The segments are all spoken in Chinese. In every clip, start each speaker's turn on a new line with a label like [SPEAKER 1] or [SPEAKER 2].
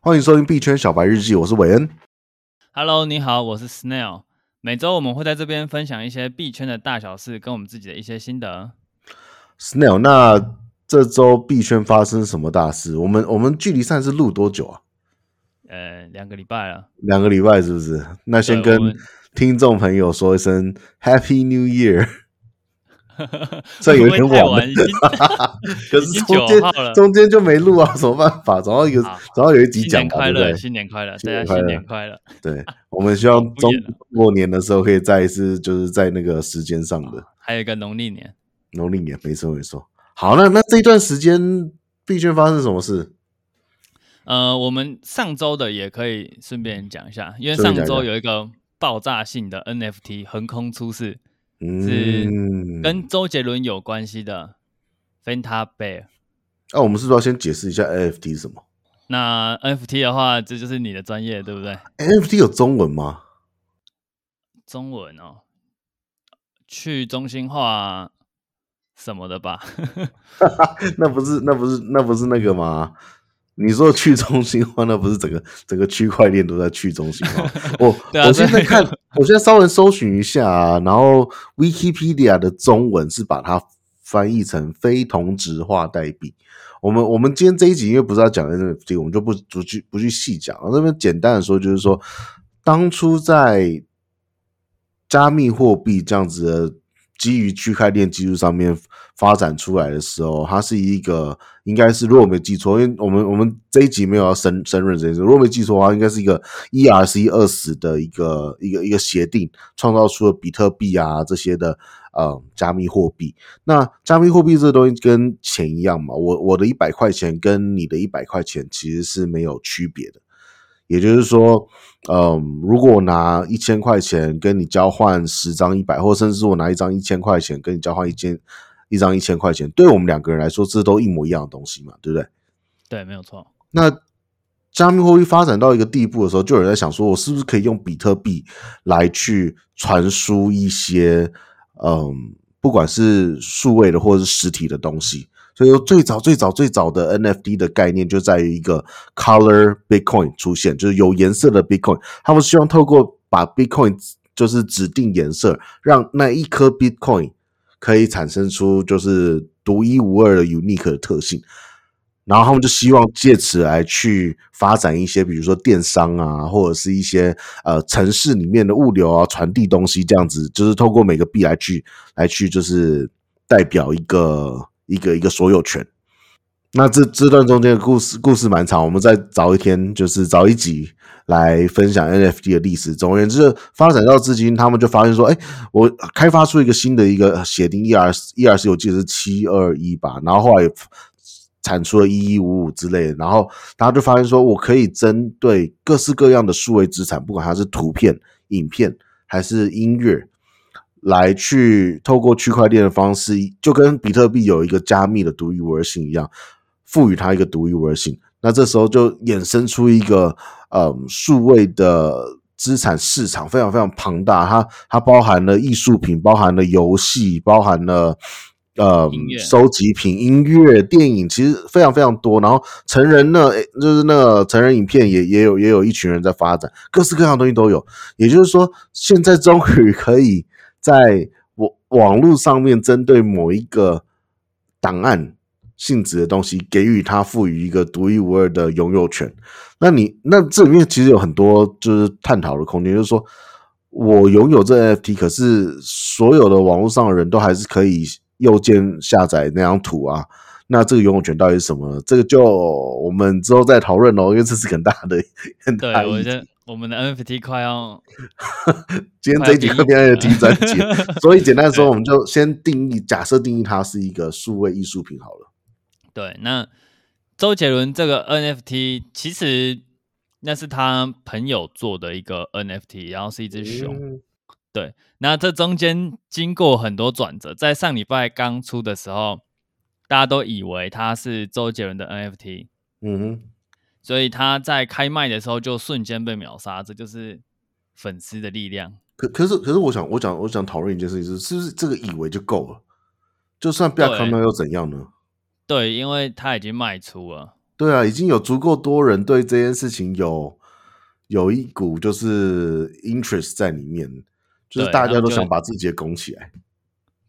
[SPEAKER 1] 欢迎收听币圈小白日记，我是韦恩。
[SPEAKER 2] Hello，你好，我是 Snail。每周我们会在这边分享一些币圈的大小事，跟我们自己的一些心得。
[SPEAKER 1] Snail，那这周币圈发生什么大事？我们我们距离上次录多久啊？
[SPEAKER 2] 呃，两个礼拜了，
[SPEAKER 1] 两个礼拜是不是？那先
[SPEAKER 2] 对
[SPEAKER 1] 跟
[SPEAKER 2] 我们
[SPEAKER 1] 听众朋友说一声 Happy New Year，这有
[SPEAKER 2] 会
[SPEAKER 1] 点
[SPEAKER 2] 不会太
[SPEAKER 1] 晚了
[SPEAKER 2] 晚，已经
[SPEAKER 1] 可
[SPEAKER 2] 已
[SPEAKER 1] 是
[SPEAKER 2] 经
[SPEAKER 1] 中
[SPEAKER 2] 9
[SPEAKER 1] 间
[SPEAKER 2] 号了
[SPEAKER 1] 中间就没录啊，什么办法？总要有
[SPEAKER 2] 好
[SPEAKER 1] 总要有一集
[SPEAKER 2] 新
[SPEAKER 1] 讲
[SPEAKER 2] 年
[SPEAKER 1] 吧，对
[SPEAKER 2] 快
[SPEAKER 1] 不
[SPEAKER 2] 乐，
[SPEAKER 1] 对？
[SPEAKER 2] 新年快乐，
[SPEAKER 1] 新
[SPEAKER 2] 大
[SPEAKER 1] 年
[SPEAKER 2] 家
[SPEAKER 1] 快乐
[SPEAKER 2] 新年快乐。
[SPEAKER 1] 对，我们希 望
[SPEAKER 2] 好敷
[SPEAKER 1] 中
[SPEAKER 2] 衍啊
[SPEAKER 1] 过年的时候可以再一次，就是在那个时间上的
[SPEAKER 2] 还有一个农历年，
[SPEAKER 1] 农历年，没错没错。好，那那这一段时间币圈发生什么事？
[SPEAKER 2] 呃，我们上周的也可以顺便讲一下，因为
[SPEAKER 1] 顺便讲
[SPEAKER 2] 上
[SPEAKER 1] 一下
[SPEAKER 2] 周有一个爆炸性的 NFT 横空出世，是
[SPEAKER 1] 嗯，
[SPEAKER 2] 跟周杰伦有关系的 Fanta Bear。
[SPEAKER 1] 那、啊我们是不是要先解释一下 NFT 是什么
[SPEAKER 2] 那 NFT 的话，这就是你的专业，对不对？
[SPEAKER 1] ？NFT 有中文吗？
[SPEAKER 2] 中文哦，去中心化什么的吧？
[SPEAKER 1] 那不是那不是那不是那个吗？你说去中心化，那不是整个整个区块链都在去中心 化？我、
[SPEAKER 2] 对啊
[SPEAKER 1] 我现在
[SPEAKER 2] 对啊
[SPEAKER 1] 看，我现在稍微搜寻一下、啊，然后 Wikipedia 的中文是把它翻译成非同质化代币。我们我们今天这一集因为不是要讲 NFT，我们就不不去不去细讲。那边简单的说，就是说当初在加密货币这样子的基于区块链技术上面发展出来的时候，它是一个应该是如果我没记错，因为我们我们这一集没有要深深论这件事，如果没记错的话，应该是一个 ERC 二十的一个一个一个协定创造出了比特币啊这些的呃加密货币。那加密货币这东西跟钱一样嘛，我我的一百块钱跟你的一百块钱其实是没有区别的。也就是说，嗯，如果我拿一千块钱跟你交换十张一百，或甚至我拿一张一千块钱跟你交换一千一张一千块钱，对我们两个人来说，这都一模一样的东西嘛，对不对？
[SPEAKER 2] 对，没有错。
[SPEAKER 1] 那加密货币发展到一个地步的时候，就有人在想说，我是不是可以用比特币来去传输一些，嗯，不管是数位的或者是实体的东西。所以说，最早最早最早的 NFT 的概念就在于一个 Color Bitcoin 出现，就是有颜色的 Bitcoin。他们希望透过把 Bitcoin 就是指定颜色，让那一颗 Bitcoin 可以产生出就是独一无二的 unique 的特性。然后他们就希望借此来去发展一些，比如说电商啊，或者是一些呃城市里面的物流啊，传递东西这样子，就是透过每个币来去来去，就是代表一个一个一个所有权。那这这段中间的故事故事蛮长，我们再找一天，就是找一集来分享 NFT 的历史。总而言之，发展到至今，他们就发现说，哎，我开发出一个新的一个协定 ER ERC，我记得是七二一吧，然后后来产出了一一五五之类的，然后大家就发现说，我可以针对各式各样的数位资产，不管它是图片、影片还是音乐，来去透过区块链的方式，就跟比特币有一个加密的独一无二性一样，赋予它一个独一无二性。那这时候就衍生出一个呃数位的资产市场，非常非常庞大。它它包含了艺术品，包含了游戏，包含了呃
[SPEAKER 2] 音乐
[SPEAKER 1] 收集品、音乐、电影，其实非常非常多。然后成人呢，诶就是那个成人影片也也有也有一群人在发展，各式各样的东西都有。也就是说，现在终于可以在网网络上面针对某一个档案性质的东西，给予它赋予一个独一无二的拥有权。那你那这里面其实有很多就是探讨的空间，就是说我拥有这 NFT，可是所有的网络上的人都还是可以右键下载那张图啊。那这个拥有权到底是什么？这个就我们之后再讨论喽，因为这是很大的很
[SPEAKER 2] 对
[SPEAKER 1] 大，的
[SPEAKER 2] 我
[SPEAKER 1] 议
[SPEAKER 2] 觉
[SPEAKER 1] 题。
[SPEAKER 2] 得我们的 NFT 快要
[SPEAKER 1] 今天这一集会变成 NFT 专辑， 所以简单说，我们就先定义，假设定义它是一个数位艺术品好了。
[SPEAKER 2] 对。那周杰伦这个 NFT 其实那是他朋友做的一个 NFT，然后是一哦只熊。
[SPEAKER 1] 嗯
[SPEAKER 2] 那这中间经过很多转折，在上礼拜刚出的时候，大家都以为它是周杰伦的 NFT，
[SPEAKER 1] 嗯哼，
[SPEAKER 2] 所以他在开卖的时候就瞬间被秒杀，这就是粉丝的力量。
[SPEAKER 1] 可可是可是我想我想我想讨论一件事情是，是不是这个以为就够了？就算不要
[SPEAKER 2] 对
[SPEAKER 1] 看到又怎样呢？
[SPEAKER 2] 对，因为他已经卖出了，
[SPEAKER 1] 对啊，已经有足够多人对这件事情有有一股就是 interest 在里面，就是
[SPEAKER 2] 对
[SPEAKER 1] 大
[SPEAKER 2] 然
[SPEAKER 1] 家
[SPEAKER 2] 后
[SPEAKER 1] 都
[SPEAKER 2] 就
[SPEAKER 1] 想把自己也拱起来。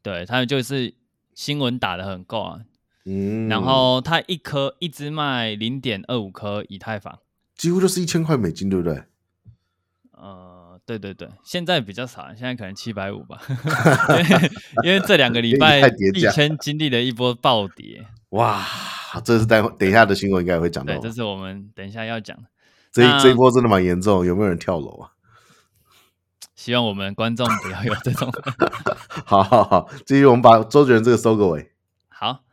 [SPEAKER 2] 对他们就是新闻打得很够啊。
[SPEAKER 1] 嗯，
[SPEAKER 2] 然后它一颗一只卖零点二五颗以太坊，
[SPEAKER 1] 几乎就是一千块美金，对不对？
[SPEAKER 2] 呃，对对对，现在比较少，现在可能七百五 吧，因为因为这两个礼拜
[SPEAKER 1] 因为太跌
[SPEAKER 2] 币
[SPEAKER 1] 价
[SPEAKER 2] 圈经历了一波暴跌，
[SPEAKER 1] 哇，这是待会等一下的新闻应该也会讲到
[SPEAKER 2] 对，，这是我们等一下要讲的。
[SPEAKER 1] 这
[SPEAKER 2] 那
[SPEAKER 1] 一这一波真的蛮严重，有没有人跳楼啊？
[SPEAKER 2] 希望我们观众不要有这种。
[SPEAKER 1] 好好好，继续我们把周杰伦这个收个尾。
[SPEAKER 2] 好，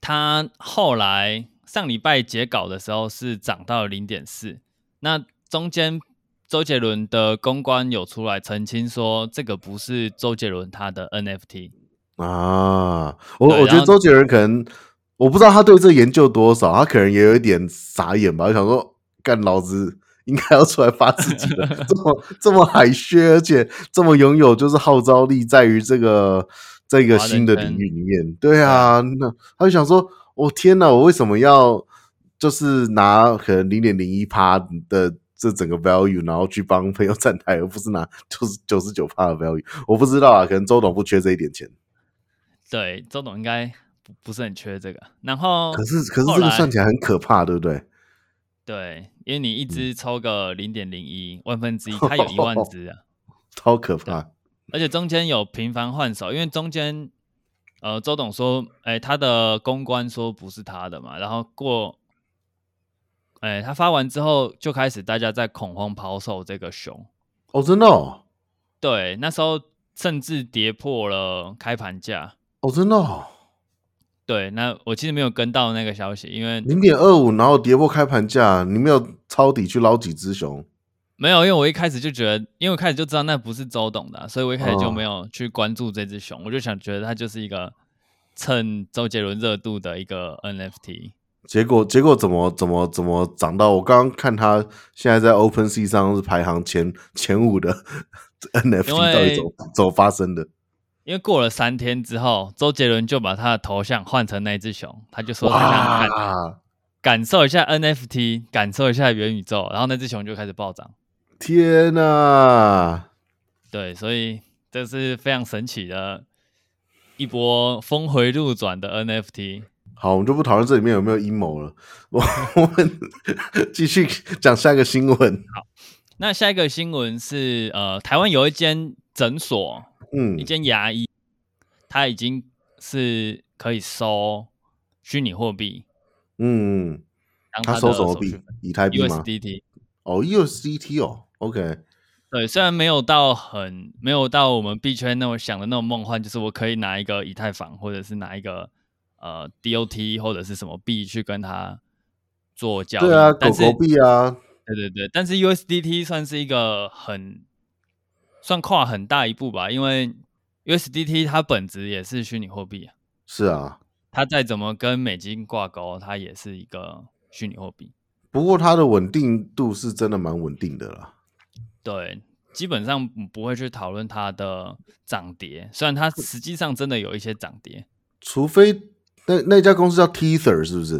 [SPEAKER 2] 它后来上礼拜截稿的时候是涨到零点四，那中间周杰伦的公关有出来澄清说，这个不是周杰伦他的 NFT，
[SPEAKER 1] 啊，我
[SPEAKER 2] 对
[SPEAKER 1] 我觉
[SPEAKER 2] 然
[SPEAKER 1] 得
[SPEAKER 2] 后
[SPEAKER 1] 周杰伦可能，我不知道他对这研究多少，他可能也有一点傻眼吧，就想说干老子应该要出来发自己 的，这么这么海削，而且这么拥有就是号召力，在于这个这个
[SPEAKER 2] 华人
[SPEAKER 1] 新的
[SPEAKER 2] 圈
[SPEAKER 1] 领域里面，对啊，那他就想说，我、天哪，我为什么要就是拿可能零点零一趴的。这整个 value，然后去帮朋友站台，而不是拿九十九十九趴的 value。我不知道啊，可能周董不缺这一点钱。
[SPEAKER 2] 对，周董应该不不是很缺这个。然后
[SPEAKER 1] 可是可是
[SPEAKER 2] 哦后
[SPEAKER 1] 这个
[SPEAKER 2] 来
[SPEAKER 1] 算起来很可怕，对不对？
[SPEAKER 2] 对，因为你一
[SPEAKER 1] 嗯
[SPEAKER 2] 只抽个零点零一万分之一，它有一万只啊，
[SPEAKER 1] 超可怕。
[SPEAKER 2] 而且中间有频繁换手，因为中间呃周董说，哎、他的公关说不是他的嘛，然后过，哎、他发完之后就开始大家在恐慌抛售这个熊，
[SPEAKER 1] 哦，真的哦，
[SPEAKER 2] 对，那时候甚至跌破了开盘价。
[SPEAKER 1] 哦，真的哦，
[SPEAKER 2] 对，那我其实没有跟到那个消息，因为
[SPEAKER 1] 零点二五，然后跌破开盘价，你没有抄底去捞几只熊，
[SPEAKER 2] 没有，因为我一开始就觉得，因为我一开始就知道那不是周董的啊、所以我一开始就
[SPEAKER 1] 哦
[SPEAKER 2] 没有去关注这只熊，我就想觉得它就是一个趁周杰伦热度的一个 NFT。
[SPEAKER 1] 结果结果怎么怎么怎么涨到？我刚刚看它现在在 Open Sea 上是排行前前五的 NFT，
[SPEAKER 2] 因为
[SPEAKER 1] 到底怎么怎么发生的？
[SPEAKER 2] 因为过了三天之后，周杰伦就把他的头像换成那只熊，他就说他想感
[SPEAKER 1] 哇！
[SPEAKER 2] 感受一下 NFT，感受一下元宇宙，然后那只熊就开始暴涨。
[SPEAKER 1] 天哪、
[SPEAKER 2] 对，所以这是非常神奇的一波峰回路转的 NFT。
[SPEAKER 1] 好，我们就不讨论这里面有没有阴谋了， 我我们继续讲下一个新闻。嗯
[SPEAKER 2] 那下一个新闻是，呃，台湾有一间诊所，
[SPEAKER 1] 嗯
[SPEAKER 2] 一，间牙医，它已经是可以收虚拟货币，
[SPEAKER 1] 嗯，
[SPEAKER 2] 当
[SPEAKER 1] 他
[SPEAKER 2] 的
[SPEAKER 1] 收什么
[SPEAKER 2] 手续
[SPEAKER 1] 币？以太币吗？
[SPEAKER 2] ？USDT。
[SPEAKER 1] 哦，USDT 哦，OK，
[SPEAKER 2] 对，虽然没有到很没有到我们币圈那么想的那种梦幻，就是我可以拿一个以太坊，或者是拿一个呃 DOT 或者是什么币去跟它做交易。
[SPEAKER 1] 对啊，狗
[SPEAKER 2] 但是
[SPEAKER 1] 狗币啊，
[SPEAKER 2] 对对对，但是 USDT 算是一个很算跨很大一步吧，因为 USDT 它本质也是虚拟货币啊。
[SPEAKER 1] 是啊，
[SPEAKER 2] 它再怎么跟美金挂钩，它也是一个虚拟货币。
[SPEAKER 1] 不过它的稳定度是真的蛮稳定的啦。
[SPEAKER 2] 对，基本上不会去讨论它的涨跌，虽然它
[SPEAKER 1] 嗯
[SPEAKER 2] 实际上真的有一些涨跌。
[SPEAKER 1] 除非那那家公司叫 Tether 是不是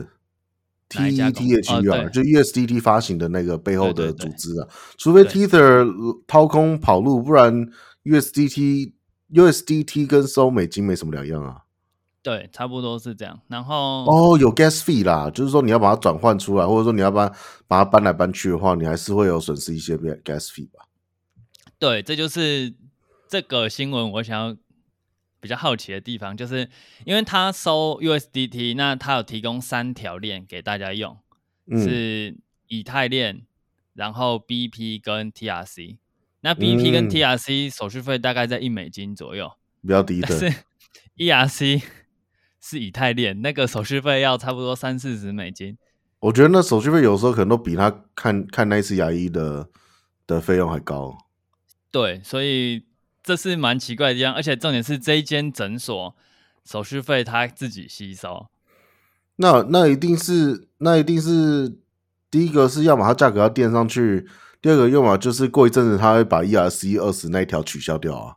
[SPEAKER 2] 哪
[SPEAKER 1] ？T
[SPEAKER 2] 一家
[SPEAKER 1] E
[SPEAKER 2] 公
[SPEAKER 1] T
[SPEAKER 2] 司
[SPEAKER 1] H E
[SPEAKER 2] 哦
[SPEAKER 1] R 就 USDT 发行的那个背后
[SPEAKER 2] 对
[SPEAKER 1] 的
[SPEAKER 2] 对对
[SPEAKER 1] 组织啊，除非
[SPEAKER 2] 对
[SPEAKER 1] Tether 掏空跑路，不然 USDT USDT 跟收美金没什么两样啊。
[SPEAKER 2] 对，差不多是这样。然后
[SPEAKER 1] 哦，有 gas fee 啦，就是说你要把它转换出来，或者说你要把它把它搬来搬去的话，你还是会有损失一些 gas fee 吧。
[SPEAKER 2] 对，这就是这个新闻我想要比较好奇的地方，就是因为它收 USDT，那它有提供三条链给大家用，
[SPEAKER 1] 嗯，
[SPEAKER 2] 是以太链，然后 BP 跟 TRC。那 BP
[SPEAKER 1] 嗯
[SPEAKER 2] 跟 TRC 手续费大概在一美金左右，
[SPEAKER 1] 比较低
[SPEAKER 2] 但
[SPEAKER 1] 的。
[SPEAKER 2] 是 ERC ，E 是以太链，那个手续费要差不多三四十美金。
[SPEAKER 1] 我觉得那手续费有时候可能都比他看看那一次牙医的的费用还高。
[SPEAKER 2] 对，所以这是蛮奇怪的地方，而且重点是这一间诊所手续费他自己吸收。
[SPEAKER 1] 那那一定是那一定是第一个是要么它价格要垫上去，第二个要么就是过一阵子他会把 ERC 二十那一条取消掉啊。
[SPEAKER 2] E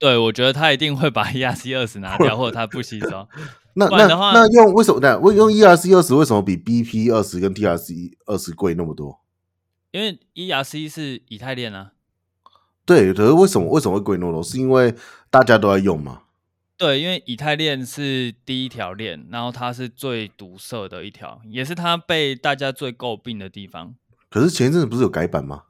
[SPEAKER 2] 对，我觉得他一定会把 ERC 二十拿掉，或者他不吸收。
[SPEAKER 1] 那
[SPEAKER 2] 不然
[SPEAKER 1] 那
[SPEAKER 2] 的话
[SPEAKER 1] 那用为什么？那我用 ERC 二十为什么比 BP 二十跟 TRC 二十贵那么多？
[SPEAKER 2] 因为 ERC 是以太链啊。
[SPEAKER 1] 对，可是为什么为什么会贵那么多？是因为大家都在用嘛？
[SPEAKER 2] 对，因为以太链是第一条链，然后它是最毒色的一条，也是它被大家最诟病的地方。
[SPEAKER 1] 可是前一阵子不是有改版吗？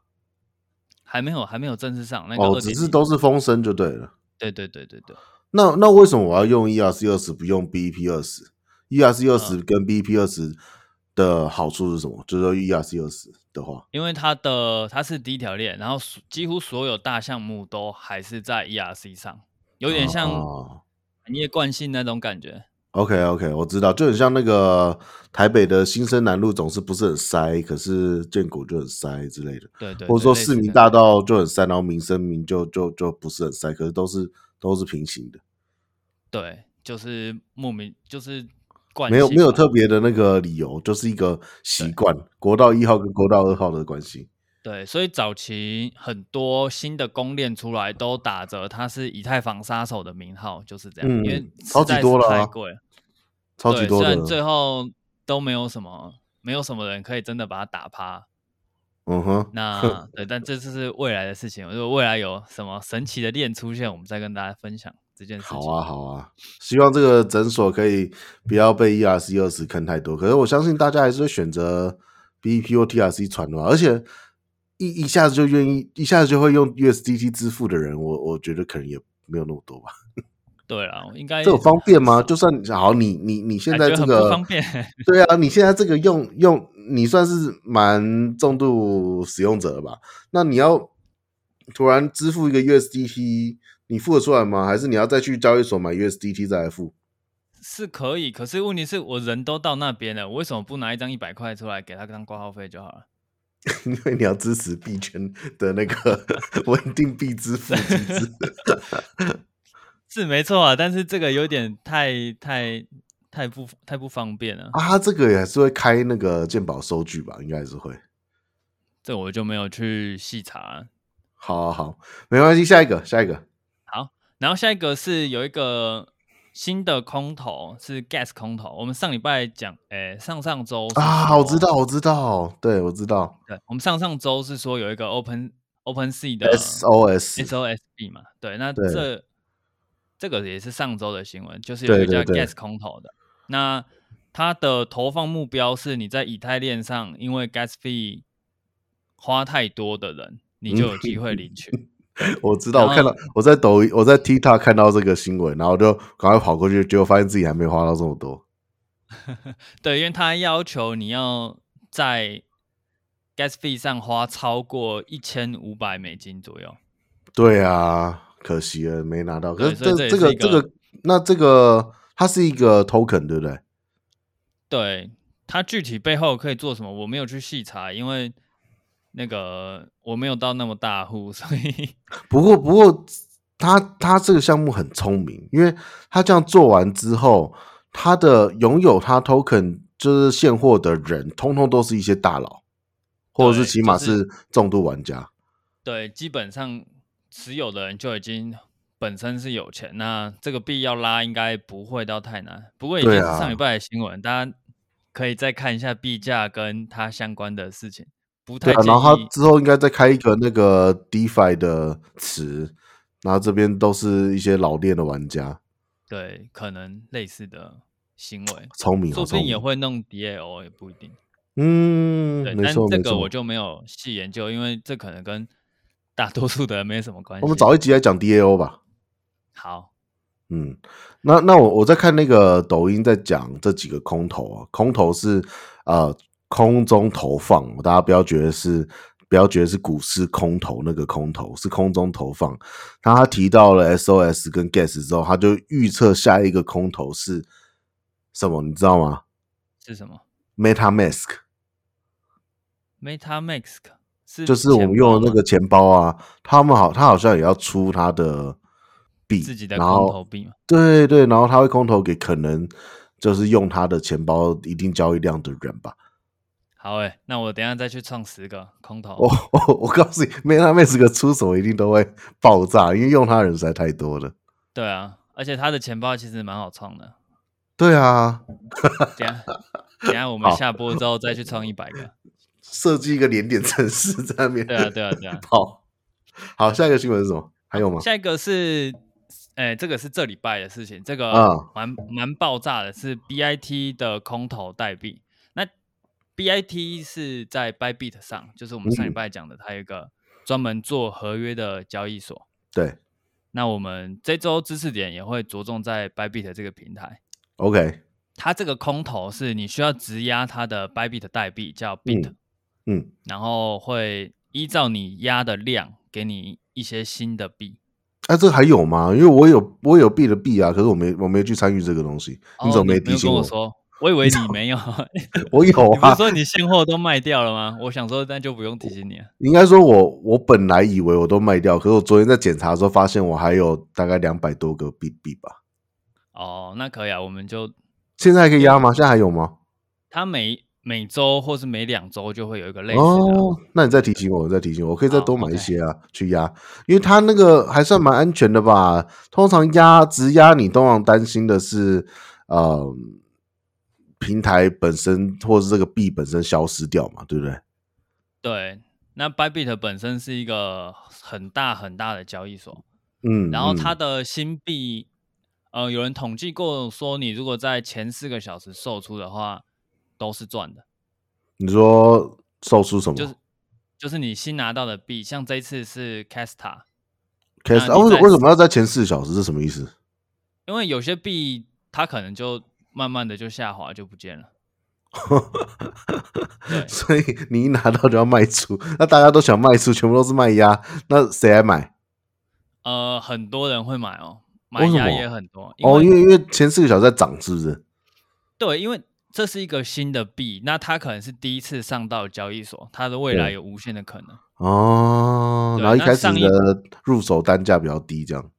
[SPEAKER 2] 还没有，还没有正式上那个
[SPEAKER 1] 哦，
[SPEAKER 2] 2.0。
[SPEAKER 1] 只是都是风声就对了。
[SPEAKER 2] 对对对对对，
[SPEAKER 1] 那那为什么我要用 ERC 二十不用 BP 二十？ERC 二
[SPEAKER 2] 嗯
[SPEAKER 1] 十跟 BP 二十的好处是什么？就是说 ERC 二十的话，
[SPEAKER 2] 因为它的它是第一条链，然后所几乎所有大项目都还是在 ERC 上，有点像
[SPEAKER 1] 哦
[SPEAKER 2] 产业惯性那种感觉。
[SPEAKER 1] OK OK，我知道，就很像那个台北的新生南路总是不是很塞，可是建国就很塞之类的，
[SPEAKER 2] 对对对，
[SPEAKER 1] 或者说
[SPEAKER 2] 类
[SPEAKER 1] 市
[SPEAKER 2] 似
[SPEAKER 1] 民
[SPEAKER 2] 的
[SPEAKER 1] 大道就很塞，然后民生民就就就不是很塞，可是都是都是平行的，
[SPEAKER 2] 对，就是莫名就是惯性
[SPEAKER 1] 没有没有
[SPEAKER 2] 吧
[SPEAKER 1] 特别的那个理由，就是一个习惯。国道一号跟国道二号的关系，
[SPEAKER 2] 对，所以早期很多新的公链出来都打着它是以太坊杀手的名号，就是这样，因为
[SPEAKER 1] 嗯超级
[SPEAKER 2] 实在是
[SPEAKER 1] 多了啊
[SPEAKER 2] 太贵了，
[SPEAKER 1] 超级
[SPEAKER 2] 对
[SPEAKER 1] 多
[SPEAKER 2] 虽
[SPEAKER 1] 的
[SPEAKER 2] 然，最后都没有什么，没有什么人可以真的把它打趴。
[SPEAKER 1] 嗯哼，
[SPEAKER 2] 那对，但这就是未来的事情。如果未来有什么神奇的链出现，我们再跟大家分享这件事情。
[SPEAKER 1] 好啊，好啊，希望这个诊所可以不要被 ERC 二十坑太多。可是我相信大家还是会选择 BP 或 TRC 传的吧，而且一一下子就愿意，一下子就会用 USDT 支付的人，我我觉得可能也没有那么多吧。
[SPEAKER 2] 对了，应该
[SPEAKER 1] 这有方便吗？
[SPEAKER 2] 哎是
[SPEAKER 1] 就算好，你你你现在
[SPEAKER 2] 感觉
[SPEAKER 1] 这
[SPEAKER 2] 很不
[SPEAKER 1] 个
[SPEAKER 2] 方便
[SPEAKER 1] 对啊，你现在这个用用，你算是蛮重度使用者了吧？那你要突然支付一个 USDT，你付得出来吗？还是你要再去交易所买 USDT 再来付？
[SPEAKER 2] 是可以，可是问题是我人都到那边了，我为什么不拿一张一百块出来给他当挂号费就好了？
[SPEAKER 1] 因为你要支持币圈的那个稳定币支付机制。
[SPEAKER 2] 是没错啊，但是这个有点太太太不太不方便了，
[SPEAKER 1] 啊，它这个也是会开那个鉴宝收据吧？应该还是会。
[SPEAKER 2] 这我就没有去细查。
[SPEAKER 1] 好好好，没关系，下一个，下一个。
[SPEAKER 2] 然后下一个是有一个新的空投是 gas 空投，我们上礼拜讲，诶、上上周是
[SPEAKER 1] 啊，
[SPEAKER 2] 说
[SPEAKER 1] 我知，道，我知道，对，我知道
[SPEAKER 2] 对，我们上上周是说有一个 open open sea 的
[SPEAKER 1] ，SOS，
[SPEAKER 2] SOSB 嘛，对，那
[SPEAKER 1] 对
[SPEAKER 2] 这这个也是上周的新闻，就是有
[SPEAKER 1] 对
[SPEAKER 2] 一家
[SPEAKER 1] 对对
[SPEAKER 2] gas 空投的，那它的投放目标是你在以太链上因为 gas fee 花太多的人，
[SPEAKER 1] 嗯
[SPEAKER 2] 你就有机会领取。
[SPEAKER 1] 我知道，我
[SPEAKER 2] 然
[SPEAKER 1] 看
[SPEAKER 2] 后
[SPEAKER 1] 到我在抖音，我在 TikTok 看到这个新闻，然后就赶快跑过去，结果发现自己还没花到这么多。
[SPEAKER 2] 对，因为它要求你要在 gas fee 上花超过一千五百美金左右。
[SPEAKER 1] 对啊，可惜了，没拿到。可是
[SPEAKER 2] 对所以
[SPEAKER 1] 这
[SPEAKER 2] 这
[SPEAKER 1] 这个这
[SPEAKER 2] 也是一个
[SPEAKER 1] 个，那这个它是一个 token，对不对？
[SPEAKER 2] 对，它具体背后可以做什么，我没有去细查，因为那个我没有到那么大户， 所以
[SPEAKER 1] 不过，不过他他这个项目很聪明，因为他这样做完之后，他的拥有他 token 就是现货的人，通通都是一些大佬，或者
[SPEAKER 2] 对
[SPEAKER 1] 是起码
[SPEAKER 2] 就是
[SPEAKER 1] 是重度玩家。
[SPEAKER 2] 对，基本上持有的人就已经本身是有钱，那这个币要拉应该不会到太难。不过已经
[SPEAKER 1] 对
[SPEAKER 2] 是
[SPEAKER 1] 啊
[SPEAKER 2] 上礼拜的新闻，大家可以再看一下币价跟它相关的事情。不太
[SPEAKER 1] 对啊，
[SPEAKER 2] 建
[SPEAKER 1] 然后他
[SPEAKER 2] 议
[SPEAKER 1] 之后应该再开一个那个 DeFi 的池，然后这边都是一些老练的玩家，
[SPEAKER 2] 对，可能类似的行为，
[SPEAKER 1] 聪明，
[SPEAKER 2] 说
[SPEAKER 1] 好
[SPEAKER 2] 不
[SPEAKER 1] 聪
[SPEAKER 2] 定也
[SPEAKER 1] 明。
[SPEAKER 2] 会弄 DAO，也不一定。
[SPEAKER 1] 嗯
[SPEAKER 2] 对，，
[SPEAKER 1] 没
[SPEAKER 2] 但
[SPEAKER 1] 错
[SPEAKER 2] 这
[SPEAKER 1] 没
[SPEAKER 2] 个
[SPEAKER 1] 错
[SPEAKER 2] 我。就没有细研究，因为这可能跟大多数的人没什么关系。
[SPEAKER 1] 我们找一集来讲 DAO 吧。
[SPEAKER 2] 好，
[SPEAKER 1] 嗯，那那我我在看那个抖音在讲这几个空投啊，空投是呃空中投放，大家不要觉得是不要觉得是股市空投那个空投是空中投放。那他提到了 SOS 跟 Gas 之后，他就预测下一个空投是什么，你知道吗
[SPEAKER 2] 是什么
[SPEAKER 1] ？MetaMask
[SPEAKER 2] MetaMask 是
[SPEAKER 1] 就是我
[SPEAKER 2] 钱
[SPEAKER 1] 们用
[SPEAKER 2] 包
[SPEAKER 1] 的那
[SPEAKER 2] 吗
[SPEAKER 1] 个钱包啊，他们好，他好像也要出他的币，
[SPEAKER 2] 自己的
[SPEAKER 1] 然
[SPEAKER 2] 空
[SPEAKER 1] 后
[SPEAKER 2] 投币嘛。
[SPEAKER 1] 对对，然后他会空投给可能就是用他的钱包一定交易量的人吧。
[SPEAKER 2] 好诶、那我等一下再去创十个空投。
[SPEAKER 1] 我 我哦我告诉你，MetaMask 出手一定都会爆炸，因为用他的人实在太多了。
[SPEAKER 2] 对啊，而且他的钱包其实蛮好创的。
[SPEAKER 1] 对啊，
[SPEAKER 2] 等一下等一下我们下播之后再去创一百个。
[SPEAKER 1] 设计一个连点城市在那边
[SPEAKER 2] 对啊，对啊，对啊。
[SPEAKER 1] 跑。好，下一个新闻是什么？还有吗？
[SPEAKER 2] 下一个是，哎、这个是这礼拜的事情，这个
[SPEAKER 1] 嗯
[SPEAKER 2] 蛮蛮、爆炸的，是 BIT 的空投代币。那 BIT 是在 Bybit 上，就是我们上礼
[SPEAKER 1] 嗯
[SPEAKER 2] 拜讲的，它有一个专门做合约的交易所。
[SPEAKER 1] 对
[SPEAKER 2] 那我们这周知识点也会着重在 Bybit 这个平台。
[SPEAKER 1] ，OK，
[SPEAKER 2] 它这个空投是你需要质押它的 Bybit 代币，叫 Bit，、
[SPEAKER 1] 嗯
[SPEAKER 2] 然后会依照你押的量给你一些新的币。
[SPEAKER 1] 哎、这还有吗？因为我有我有 B 的 B 啊，可是我没我没去参与这个东西。你怎么
[SPEAKER 2] 哦没
[SPEAKER 1] 提
[SPEAKER 2] 有
[SPEAKER 1] 醒
[SPEAKER 2] 跟
[SPEAKER 1] 我？
[SPEAKER 2] 我说？我以为你没有，
[SPEAKER 1] 我有
[SPEAKER 2] 你不是
[SPEAKER 1] 啊，
[SPEAKER 2] 说你现货都卖掉了吗？我想说，那就不用提醒你了。
[SPEAKER 1] 应该说我我本来以为我都卖掉，可是我昨天在检查的时候发现我还有大概两百多个 B B 吧。
[SPEAKER 2] 哦，那可以啊，我们就
[SPEAKER 1] 现在还可以压吗？现在还有吗？
[SPEAKER 2] 它每每周或是每两周就会有一个类似的啊、
[SPEAKER 1] 哦，那你再提醒我，再提醒我，我可以再
[SPEAKER 2] 好
[SPEAKER 1] 多买一
[SPEAKER 2] 嗯，OK
[SPEAKER 1] 些啊，去压，因为它那个还算蛮安全的吧。通常压直压，你通常担心的是，呃，平台本身或是这个币本身消失掉嘛，对不对？
[SPEAKER 2] 对，那 Bybit 本身是一个很大很大的交易所，
[SPEAKER 1] 嗯，
[SPEAKER 2] 然后
[SPEAKER 1] 嗯
[SPEAKER 2] 它的新币，呃，有人统计过说，你如果在前四个小时售出的话，都是赚的。
[SPEAKER 1] 你说售出什么？
[SPEAKER 2] 就是就是你新拿到的币，像这一次是 Casta，
[SPEAKER 1] 开始
[SPEAKER 2] 那
[SPEAKER 1] 啊？
[SPEAKER 2] 你
[SPEAKER 1] 为什
[SPEAKER 2] 在
[SPEAKER 1] 为什么要在前四小时？是什么意思？
[SPEAKER 2] 因为有些币它可能就慢慢的就下滑就不见了。对
[SPEAKER 1] 所以你一拿到就要卖出，那大家都想卖出，全部都是卖压，那谁来买？
[SPEAKER 2] 呃，很多人会买哦，买
[SPEAKER 1] 为什
[SPEAKER 2] 压
[SPEAKER 1] 么
[SPEAKER 2] 也很多，因
[SPEAKER 1] 哦，
[SPEAKER 2] 为
[SPEAKER 1] 因为因为前四个小时在涨，是不是？
[SPEAKER 2] 对，因为这是一个新的币，那它可能是第一次上到交易所，它的未
[SPEAKER 1] 对
[SPEAKER 2] 来有无限的可能。
[SPEAKER 1] 哦，
[SPEAKER 2] 对
[SPEAKER 1] 然后一
[SPEAKER 2] 那
[SPEAKER 1] 开始
[SPEAKER 2] 上一
[SPEAKER 1] 的入手单价比较低，这样。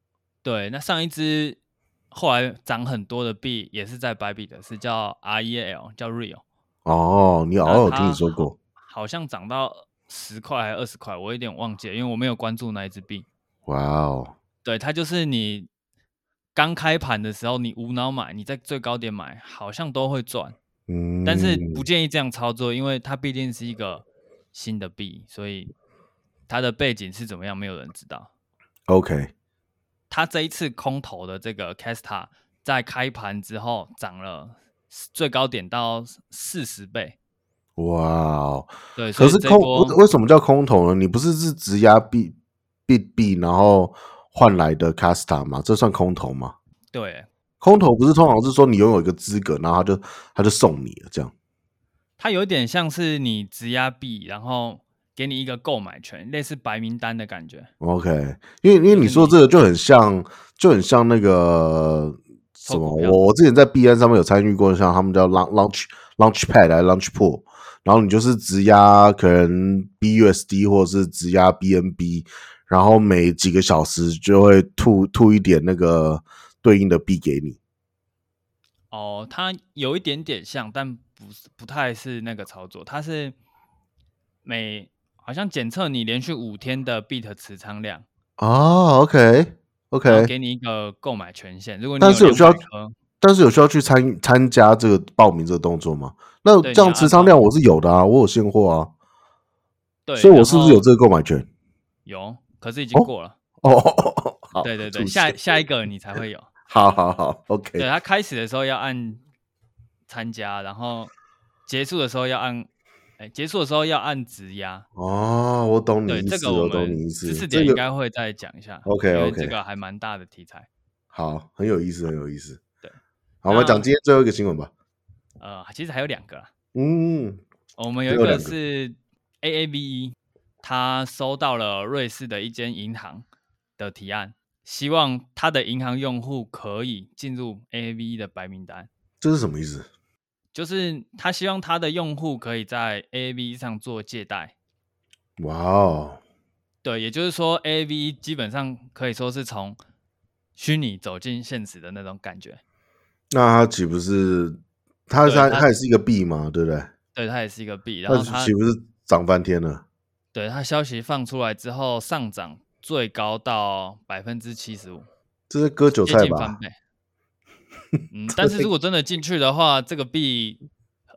[SPEAKER 2] 对，那上一只后来涨很多的币也是在 b 币的，是叫 REL，叫 Real，
[SPEAKER 1] 哦，你
[SPEAKER 2] 那
[SPEAKER 1] 偶尔
[SPEAKER 2] 它
[SPEAKER 1] 听你说过
[SPEAKER 2] 好像涨到十块还二十块，我有点忘记了，因为我没有关注那一只币。
[SPEAKER 1] 哇哦，
[SPEAKER 2] 对，它就是你刚开盘的时候，你无脑买，你在最高点买，好像都会赚，
[SPEAKER 1] 嗯，
[SPEAKER 2] 但是不建议这样操作，因为它毕竟是一个新的币，所以它的背景是怎么样，没有人知道。
[SPEAKER 1] OK，
[SPEAKER 2] 它这一次空投的这个 Casta 在开盘之后涨了最高点到四十倍，
[SPEAKER 1] 哇哦，
[SPEAKER 2] 对，所
[SPEAKER 1] 可
[SPEAKER 2] 以
[SPEAKER 1] 是
[SPEAKER 2] 这
[SPEAKER 1] 空
[SPEAKER 2] 波
[SPEAKER 1] 为为什么叫空投呢？你不是是直压币币币，然后换来的 casta 吗？这算空投吗？
[SPEAKER 2] 对
[SPEAKER 1] 空投不是通常是说你拥有一个资格，然后他就他就送你了这样。
[SPEAKER 2] 它有点像是你质押币，然后给你一个购买权，类似白名单的感觉。
[SPEAKER 1] OK，因为因为你说这个就很像，就很像那个什
[SPEAKER 2] 炒
[SPEAKER 1] 么，
[SPEAKER 2] 股票
[SPEAKER 1] 我我之前在 B 站上面有参与过，像他们叫 launch launch launch pad 来 launch pool，然后你就是直押可能 BUSD 或者是直押 BNB，然后每几个小时就会吐吐一点那个对应的币给你。
[SPEAKER 2] 哦，它有一点点像，但不是不太是那个操作，它是每好像检测你连续五天的 bit 持仓量，
[SPEAKER 1] 哦，OK
[SPEAKER 2] 然后
[SPEAKER 1] OK，
[SPEAKER 2] 给你一个购买权限。如果你
[SPEAKER 1] 但是有需要
[SPEAKER 2] 200颗
[SPEAKER 1] 但是有需要去参参加这个报名这个动作吗？那
[SPEAKER 2] 对
[SPEAKER 1] 这
[SPEAKER 2] 你
[SPEAKER 1] 样
[SPEAKER 2] 要
[SPEAKER 1] 持
[SPEAKER 2] 按
[SPEAKER 1] 仓
[SPEAKER 2] 照
[SPEAKER 1] 量我是有的啊，我有现货啊，
[SPEAKER 2] 对，
[SPEAKER 1] 所以我是不是有
[SPEAKER 2] 然后
[SPEAKER 1] 这个购买权？
[SPEAKER 2] 有？可是已经
[SPEAKER 1] 哦
[SPEAKER 2] 过了。
[SPEAKER 1] 哦， 好
[SPEAKER 2] 对对对，
[SPEAKER 1] 出
[SPEAKER 2] 下
[SPEAKER 1] 现
[SPEAKER 2] 下一个你才会有。
[SPEAKER 1] 好好好
[SPEAKER 2] 对，
[SPEAKER 1] ，OK，
[SPEAKER 2] 它开始的时候要按参加，然后结束的时候要按，哎，结束的时候要按质押。
[SPEAKER 1] 哦，我懂你
[SPEAKER 2] 对，
[SPEAKER 1] 意
[SPEAKER 2] 这
[SPEAKER 1] 思，
[SPEAKER 2] 个我
[SPEAKER 1] 我懂
[SPEAKER 2] 们
[SPEAKER 1] 你意思
[SPEAKER 2] 知，识
[SPEAKER 1] 这
[SPEAKER 2] 点应该
[SPEAKER 1] 个
[SPEAKER 2] 会再讲一下。
[SPEAKER 1] OK，
[SPEAKER 2] 因为
[SPEAKER 1] OK
[SPEAKER 2] 这个还蛮大的题材。
[SPEAKER 1] 好，很有意思，很有意思。
[SPEAKER 2] 对，
[SPEAKER 1] 好，我们
[SPEAKER 2] 那
[SPEAKER 1] 讲今天最后一个新闻吧。
[SPEAKER 2] 呃，其实还有两个啦，
[SPEAKER 1] 嗯，
[SPEAKER 2] 我们有
[SPEAKER 1] 还
[SPEAKER 2] 一
[SPEAKER 1] 有
[SPEAKER 2] 个
[SPEAKER 1] 两个
[SPEAKER 2] 是 AAVE，他 E，收到了瑞士的一间银行的提案，希望他的银行用户可以进入 AAVE E 的白名单，
[SPEAKER 1] 这是什么意思？
[SPEAKER 2] 就是他希望他的用户可以在 AAVE E 上做借贷。
[SPEAKER 1] 哇哦，
[SPEAKER 2] 对，也就是说 AAVE E 基本上可以说是从虚拟走进现实的那种感觉。
[SPEAKER 1] 那它岂不是它
[SPEAKER 2] 对
[SPEAKER 1] 它
[SPEAKER 2] 它
[SPEAKER 1] 它也是一个币嘛，对不对？
[SPEAKER 2] 对，它也是一个币，然
[SPEAKER 1] 那
[SPEAKER 2] 后它
[SPEAKER 1] 岂不是涨翻天了？
[SPEAKER 2] 对它消息放出来之后上涨最高到百分之七十五，
[SPEAKER 1] 这是割韭
[SPEAKER 2] 接
[SPEAKER 1] 菜
[SPEAKER 2] 近翻
[SPEAKER 1] 吧？
[SPEAKER 2] 倍。嗯，但是如果真的进去的话，这个币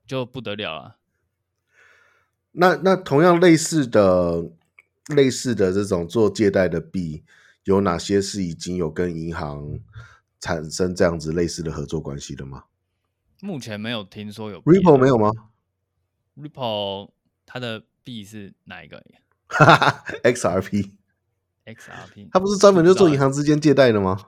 [SPEAKER 2] 就不得了了。
[SPEAKER 1] 那那同样类似的、类似的这种做借贷的币，有哪些是已经有跟银行产生这样子类似的合作关系的吗
[SPEAKER 2] 目前没有听说有币
[SPEAKER 1] ？Ripple
[SPEAKER 2] 的
[SPEAKER 1] 没有吗
[SPEAKER 2] Ripple 它的币是哪一个
[SPEAKER 1] 哈哈哈？XRP，
[SPEAKER 2] ？XRP，
[SPEAKER 1] 它不是专门就做
[SPEAKER 2] 不知道欸
[SPEAKER 1] 银行之间借贷的吗？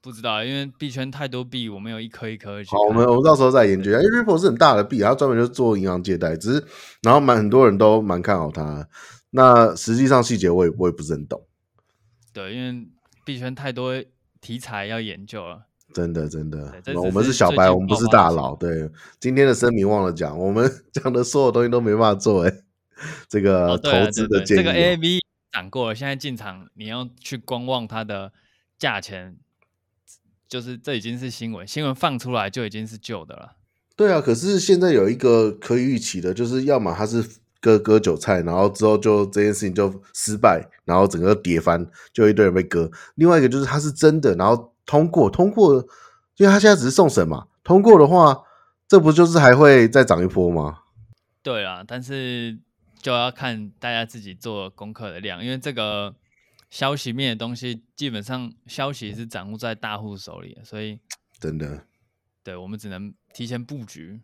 [SPEAKER 2] 不知道，因为币圈太多币，我没有一颗一颗去
[SPEAKER 1] 好，哦
[SPEAKER 2] 看。
[SPEAKER 1] 我们我们到时候再研究一下，因为 Ripple 是很大的币，它专门就做银行借贷，只是然后蛮很多人都蛮看好它。那实际上细节我也我也不是很懂，
[SPEAKER 2] 对，因为币圈太多题材要研究了。
[SPEAKER 1] 真的真的
[SPEAKER 2] 对这，只
[SPEAKER 1] 我们
[SPEAKER 2] 是
[SPEAKER 1] 是小
[SPEAKER 2] 最
[SPEAKER 1] 白，
[SPEAKER 2] 近
[SPEAKER 1] 我们不
[SPEAKER 2] 爆
[SPEAKER 1] 是
[SPEAKER 2] 发的
[SPEAKER 1] 大
[SPEAKER 2] 事
[SPEAKER 1] 佬。对，今天的声明忘了讲，我们 讲的所有东西都没办法做、欸，这个
[SPEAKER 2] 哦，
[SPEAKER 1] 呃投
[SPEAKER 2] 对啊
[SPEAKER 1] 资
[SPEAKER 2] 对
[SPEAKER 1] 的建
[SPEAKER 2] 对，这
[SPEAKER 1] 议哦、
[SPEAKER 2] 个 A V 涨过了，现在进场你要去观望它的价钱，就是这已经是新闻，新闻放出来就已经是旧的了。
[SPEAKER 1] 对啊，可是现在有一个可以预期的，就是要么它是割割韭菜，然后之后就这件事情就失败，然后整个跌翻，就一堆人被割；另外一个就是它是真的，然后通过通过，因为它现在只是送审嘛，通过的话，这不就是还会再涨一波吗？
[SPEAKER 2] 对啊，但是就要看大家自己做功课的量，因为这个消息面的东西，基本上消息是掌握在大户手里的，所以
[SPEAKER 1] 真的，
[SPEAKER 2] 对我们只能提前布局。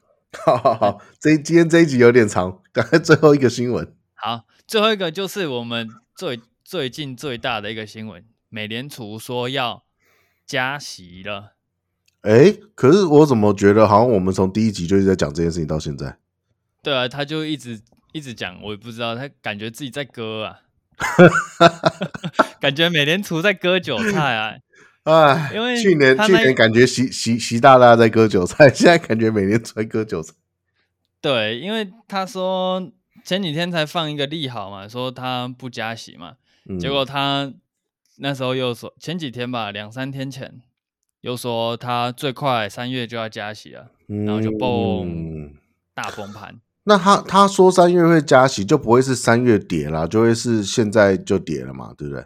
[SPEAKER 1] 好好好，这一今天这一集有点长，赶快最后一个新闻，
[SPEAKER 2] 好，最后一个就是我们最最近最大的一个新闻，美联储说要加息了。
[SPEAKER 1] 诶，可是我怎么觉得好像我们从第一集就一直在讲这件事情到现在，
[SPEAKER 2] 对啊，他就一直一直讲，我也不知道，他感觉自己在割 啊，感觉美联储在割韭菜啊。
[SPEAKER 1] 唉，
[SPEAKER 2] 因为
[SPEAKER 1] 去年
[SPEAKER 2] 他
[SPEAKER 1] 去
[SPEAKER 2] 那
[SPEAKER 1] 年感觉习习习大大在割韭菜， 现在感觉每年都在割韭菜。
[SPEAKER 2] 对，因为他说前几天才放一个利好嘛，说他不加息嘛，
[SPEAKER 1] 嗯
[SPEAKER 2] 结果他那时候又说前几天吧，两三天前又说他最快三月就要加息了，
[SPEAKER 1] 然
[SPEAKER 2] 后就
[SPEAKER 1] 嗯
[SPEAKER 2] 嘣，大崩盘。
[SPEAKER 1] 那他他说三月会加息，就不会是三月跌啦，就会是现在就跌了嘛，对不对？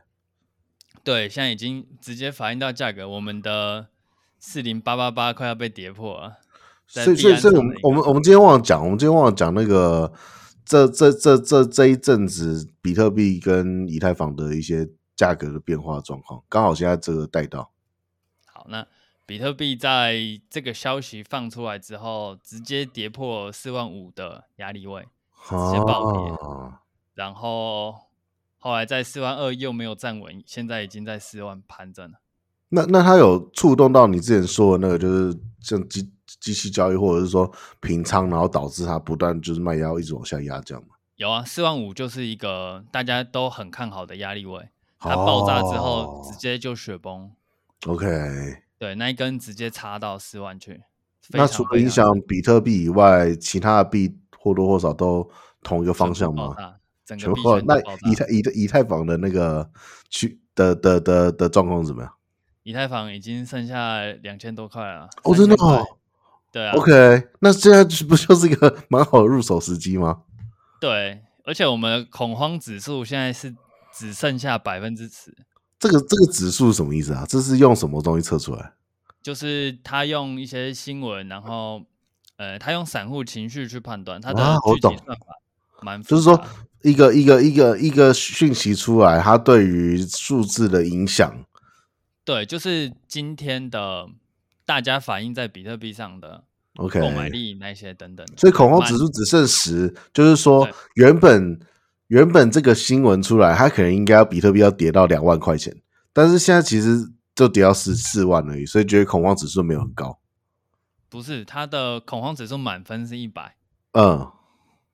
[SPEAKER 2] 对，现在已经直接反映到价格，我们的四零八八八快要被跌破了。在
[SPEAKER 1] 所以
[SPEAKER 2] 币
[SPEAKER 1] 所以
[SPEAKER 2] 安
[SPEAKER 1] 所以我
[SPEAKER 2] 上的
[SPEAKER 1] 们
[SPEAKER 2] 一
[SPEAKER 1] 我
[SPEAKER 2] 个
[SPEAKER 1] 们我们今天忘了讲，我们今天忘了讲那个这这这这这一阵子比特币跟以太坊的一些价格的变化状况，刚好现在这个带到。
[SPEAKER 2] 好，那比特币在这个消息放出来之后，直接跌破四万五的压力位，直接暴跌
[SPEAKER 1] 啊
[SPEAKER 2] 然后后来在四万二又没有站稳，现在已经在四万盘整了。
[SPEAKER 1] 那那它有触动到你之前说的那个，就是像机机器交易，或者是说平仓，然后导致它不断就是卖压一直往下压这样吗？
[SPEAKER 2] 有啊，四万五就是一个大家都很看好的压力位，它
[SPEAKER 1] 好，
[SPEAKER 2] 爆炸之后直接就雪崩，
[SPEAKER 1] 哦 OK。
[SPEAKER 2] 对，那一根直接插到四万去。非
[SPEAKER 1] 那
[SPEAKER 2] 常
[SPEAKER 1] 除了
[SPEAKER 2] 非
[SPEAKER 1] 影
[SPEAKER 2] 常
[SPEAKER 1] 响比特币以外，其他的币或多或少都同一个方
[SPEAKER 2] 全
[SPEAKER 1] 向
[SPEAKER 2] 部爆
[SPEAKER 1] 吗？
[SPEAKER 2] 炸，整
[SPEAKER 1] 全
[SPEAKER 2] 个币
[SPEAKER 1] 部
[SPEAKER 2] 圈
[SPEAKER 1] 那
[SPEAKER 2] 都爆炸
[SPEAKER 1] 以。太以太以太坊的那个区的的的的状况怎么样？
[SPEAKER 2] 以太坊已经剩下两千多块了。
[SPEAKER 1] 哦，真的
[SPEAKER 2] 3000块
[SPEAKER 1] 哦。
[SPEAKER 2] 对啊
[SPEAKER 1] OK，那现在不就是一个 蛮好的入手时机吗？
[SPEAKER 2] 对，而且我们恐慌指数现在是只剩下百分之十，
[SPEAKER 1] 这个这个指数是什么意思啊？这是用什么东西测出来？
[SPEAKER 2] 就是他用一些新闻，然后呃，他用散户情绪去判断他
[SPEAKER 1] 啊
[SPEAKER 2] 的
[SPEAKER 1] 我
[SPEAKER 2] 具体
[SPEAKER 1] 懂
[SPEAKER 2] 算法蛮复
[SPEAKER 1] 就
[SPEAKER 2] 杂，
[SPEAKER 1] 是说，一个一个一个一个讯息出来，它对于数字的影响，
[SPEAKER 2] 对，就是今天的大家反映在比特币上的
[SPEAKER 1] OK
[SPEAKER 2] 购买力那些等等的，
[SPEAKER 1] 所以恐慌
[SPEAKER 2] 蛮
[SPEAKER 1] 指数只剩十，就是说
[SPEAKER 2] 对
[SPEAKER 1] 原本原本这个新闻出来，它可能应该要比特币要跌到两万块钱，但是现在其实就跌到四四万而已，所以觉得恐慌指数没有很高。
[SPEAKER 2] 不是它的恐慌指数满分是一百，
[SPEAKER 1] 嗯，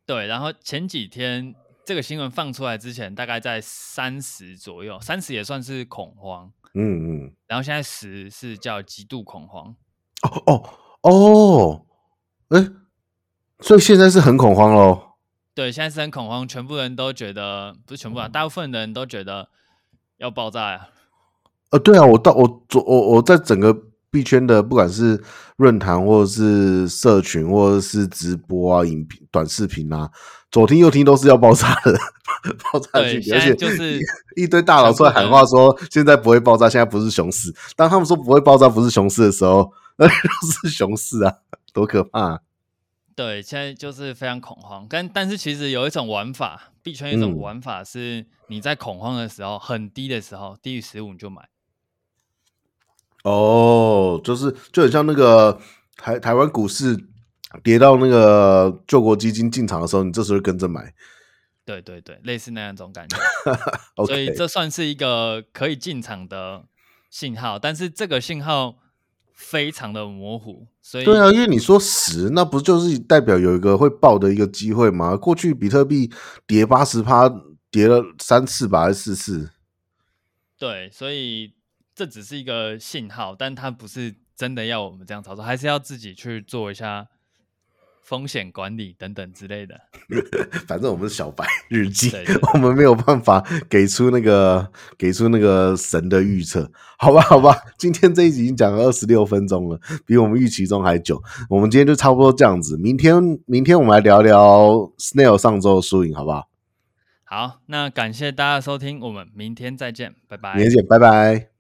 [SPEAKER 2] 对，然后前几天这个新闻放出来之前，大概在三十左右，三十也算是恐慌，
[SPEAKER 1] 嗯嗯，
[SPEAKER 2] 然后现在十是叫极度恐慌，
[SPEAKER 1] 哦哦哦，哎、所以现在是很恐慌喽。
[SPEAKER 2] 对，现在是很恐慌，全部人都觉得不是全
[SPEAKER 1] 嗯
[SPEAKER 2] 部啊，大部分人都觉得要爆炸啊呀、
[SPEAKER 1] 呃，对啊，我到我昨我我在整个币圈的，不管是论坛或者是社群，或者是直播啊、影片、短视频啊，左听右听都是要爆炸的， 爆炸的
[SPEAKER 2] 对，
[SPEAKER 1] 讯息，而
[SPEAKER 2] 现在
[SPEAKER 1] 且
[SPEAKER 2] 就是
[SPEAKER 1] 一堆大佬出来喊话说现在不会爆炸，现在不是熊市。当他们说不会爆炸不是熊市的时候，那 就是熊市啊，多可怕、啊！
[SPEAKER 2] 对，现在就是非常恐慌，但但是其实有一种玩法，币圈有一种
[SPEAKER 1] 嗯
[SPEAKER 2] 玩法是你在恐慌的时候，很低的时候，低于十五你就买。
[SPEAKER 1] 哦，就是就很像那个台台湾股市跌到那个救国基金进场的时候，你这时候跟着买。
[SPEAKER 2] 对对对，类似那样一 种感觉，所以
[SPEAKER 1] OK，
[SPEAKER 2] 这算是一个可以进场的信号，但是这个信号非常的模糊，所以
[SPEAKER 1] 对啊，因为你说十，那不就是代表有一个会爆的一个机会吗？过去比特币跌八十趴，跌了三次吧，还是四次？
[SPEAKER 2] 对，所以这只是一个信号，但它不是真的要我们这样操作，还是要自己去做一下风险管理等等之类的。
[SPEAKER 1] 反正我们是小白日记
[SPEAKER 2] 对对，
[SPEAKER 1] 我们没有办法给出那个给出那个神的预测，好吧，好吧。今天这一集已经讲了二十六分钟了，比我们预期中还久。我们今天就差不多这样子，明天明天我们来聊聊 Snail 上周的输赢，好不好？
[SPEAKER 2] 好，那感谢大家的收听，我们明天再见，拜拜。
[SPEAKER 1] 明天见，拜拜。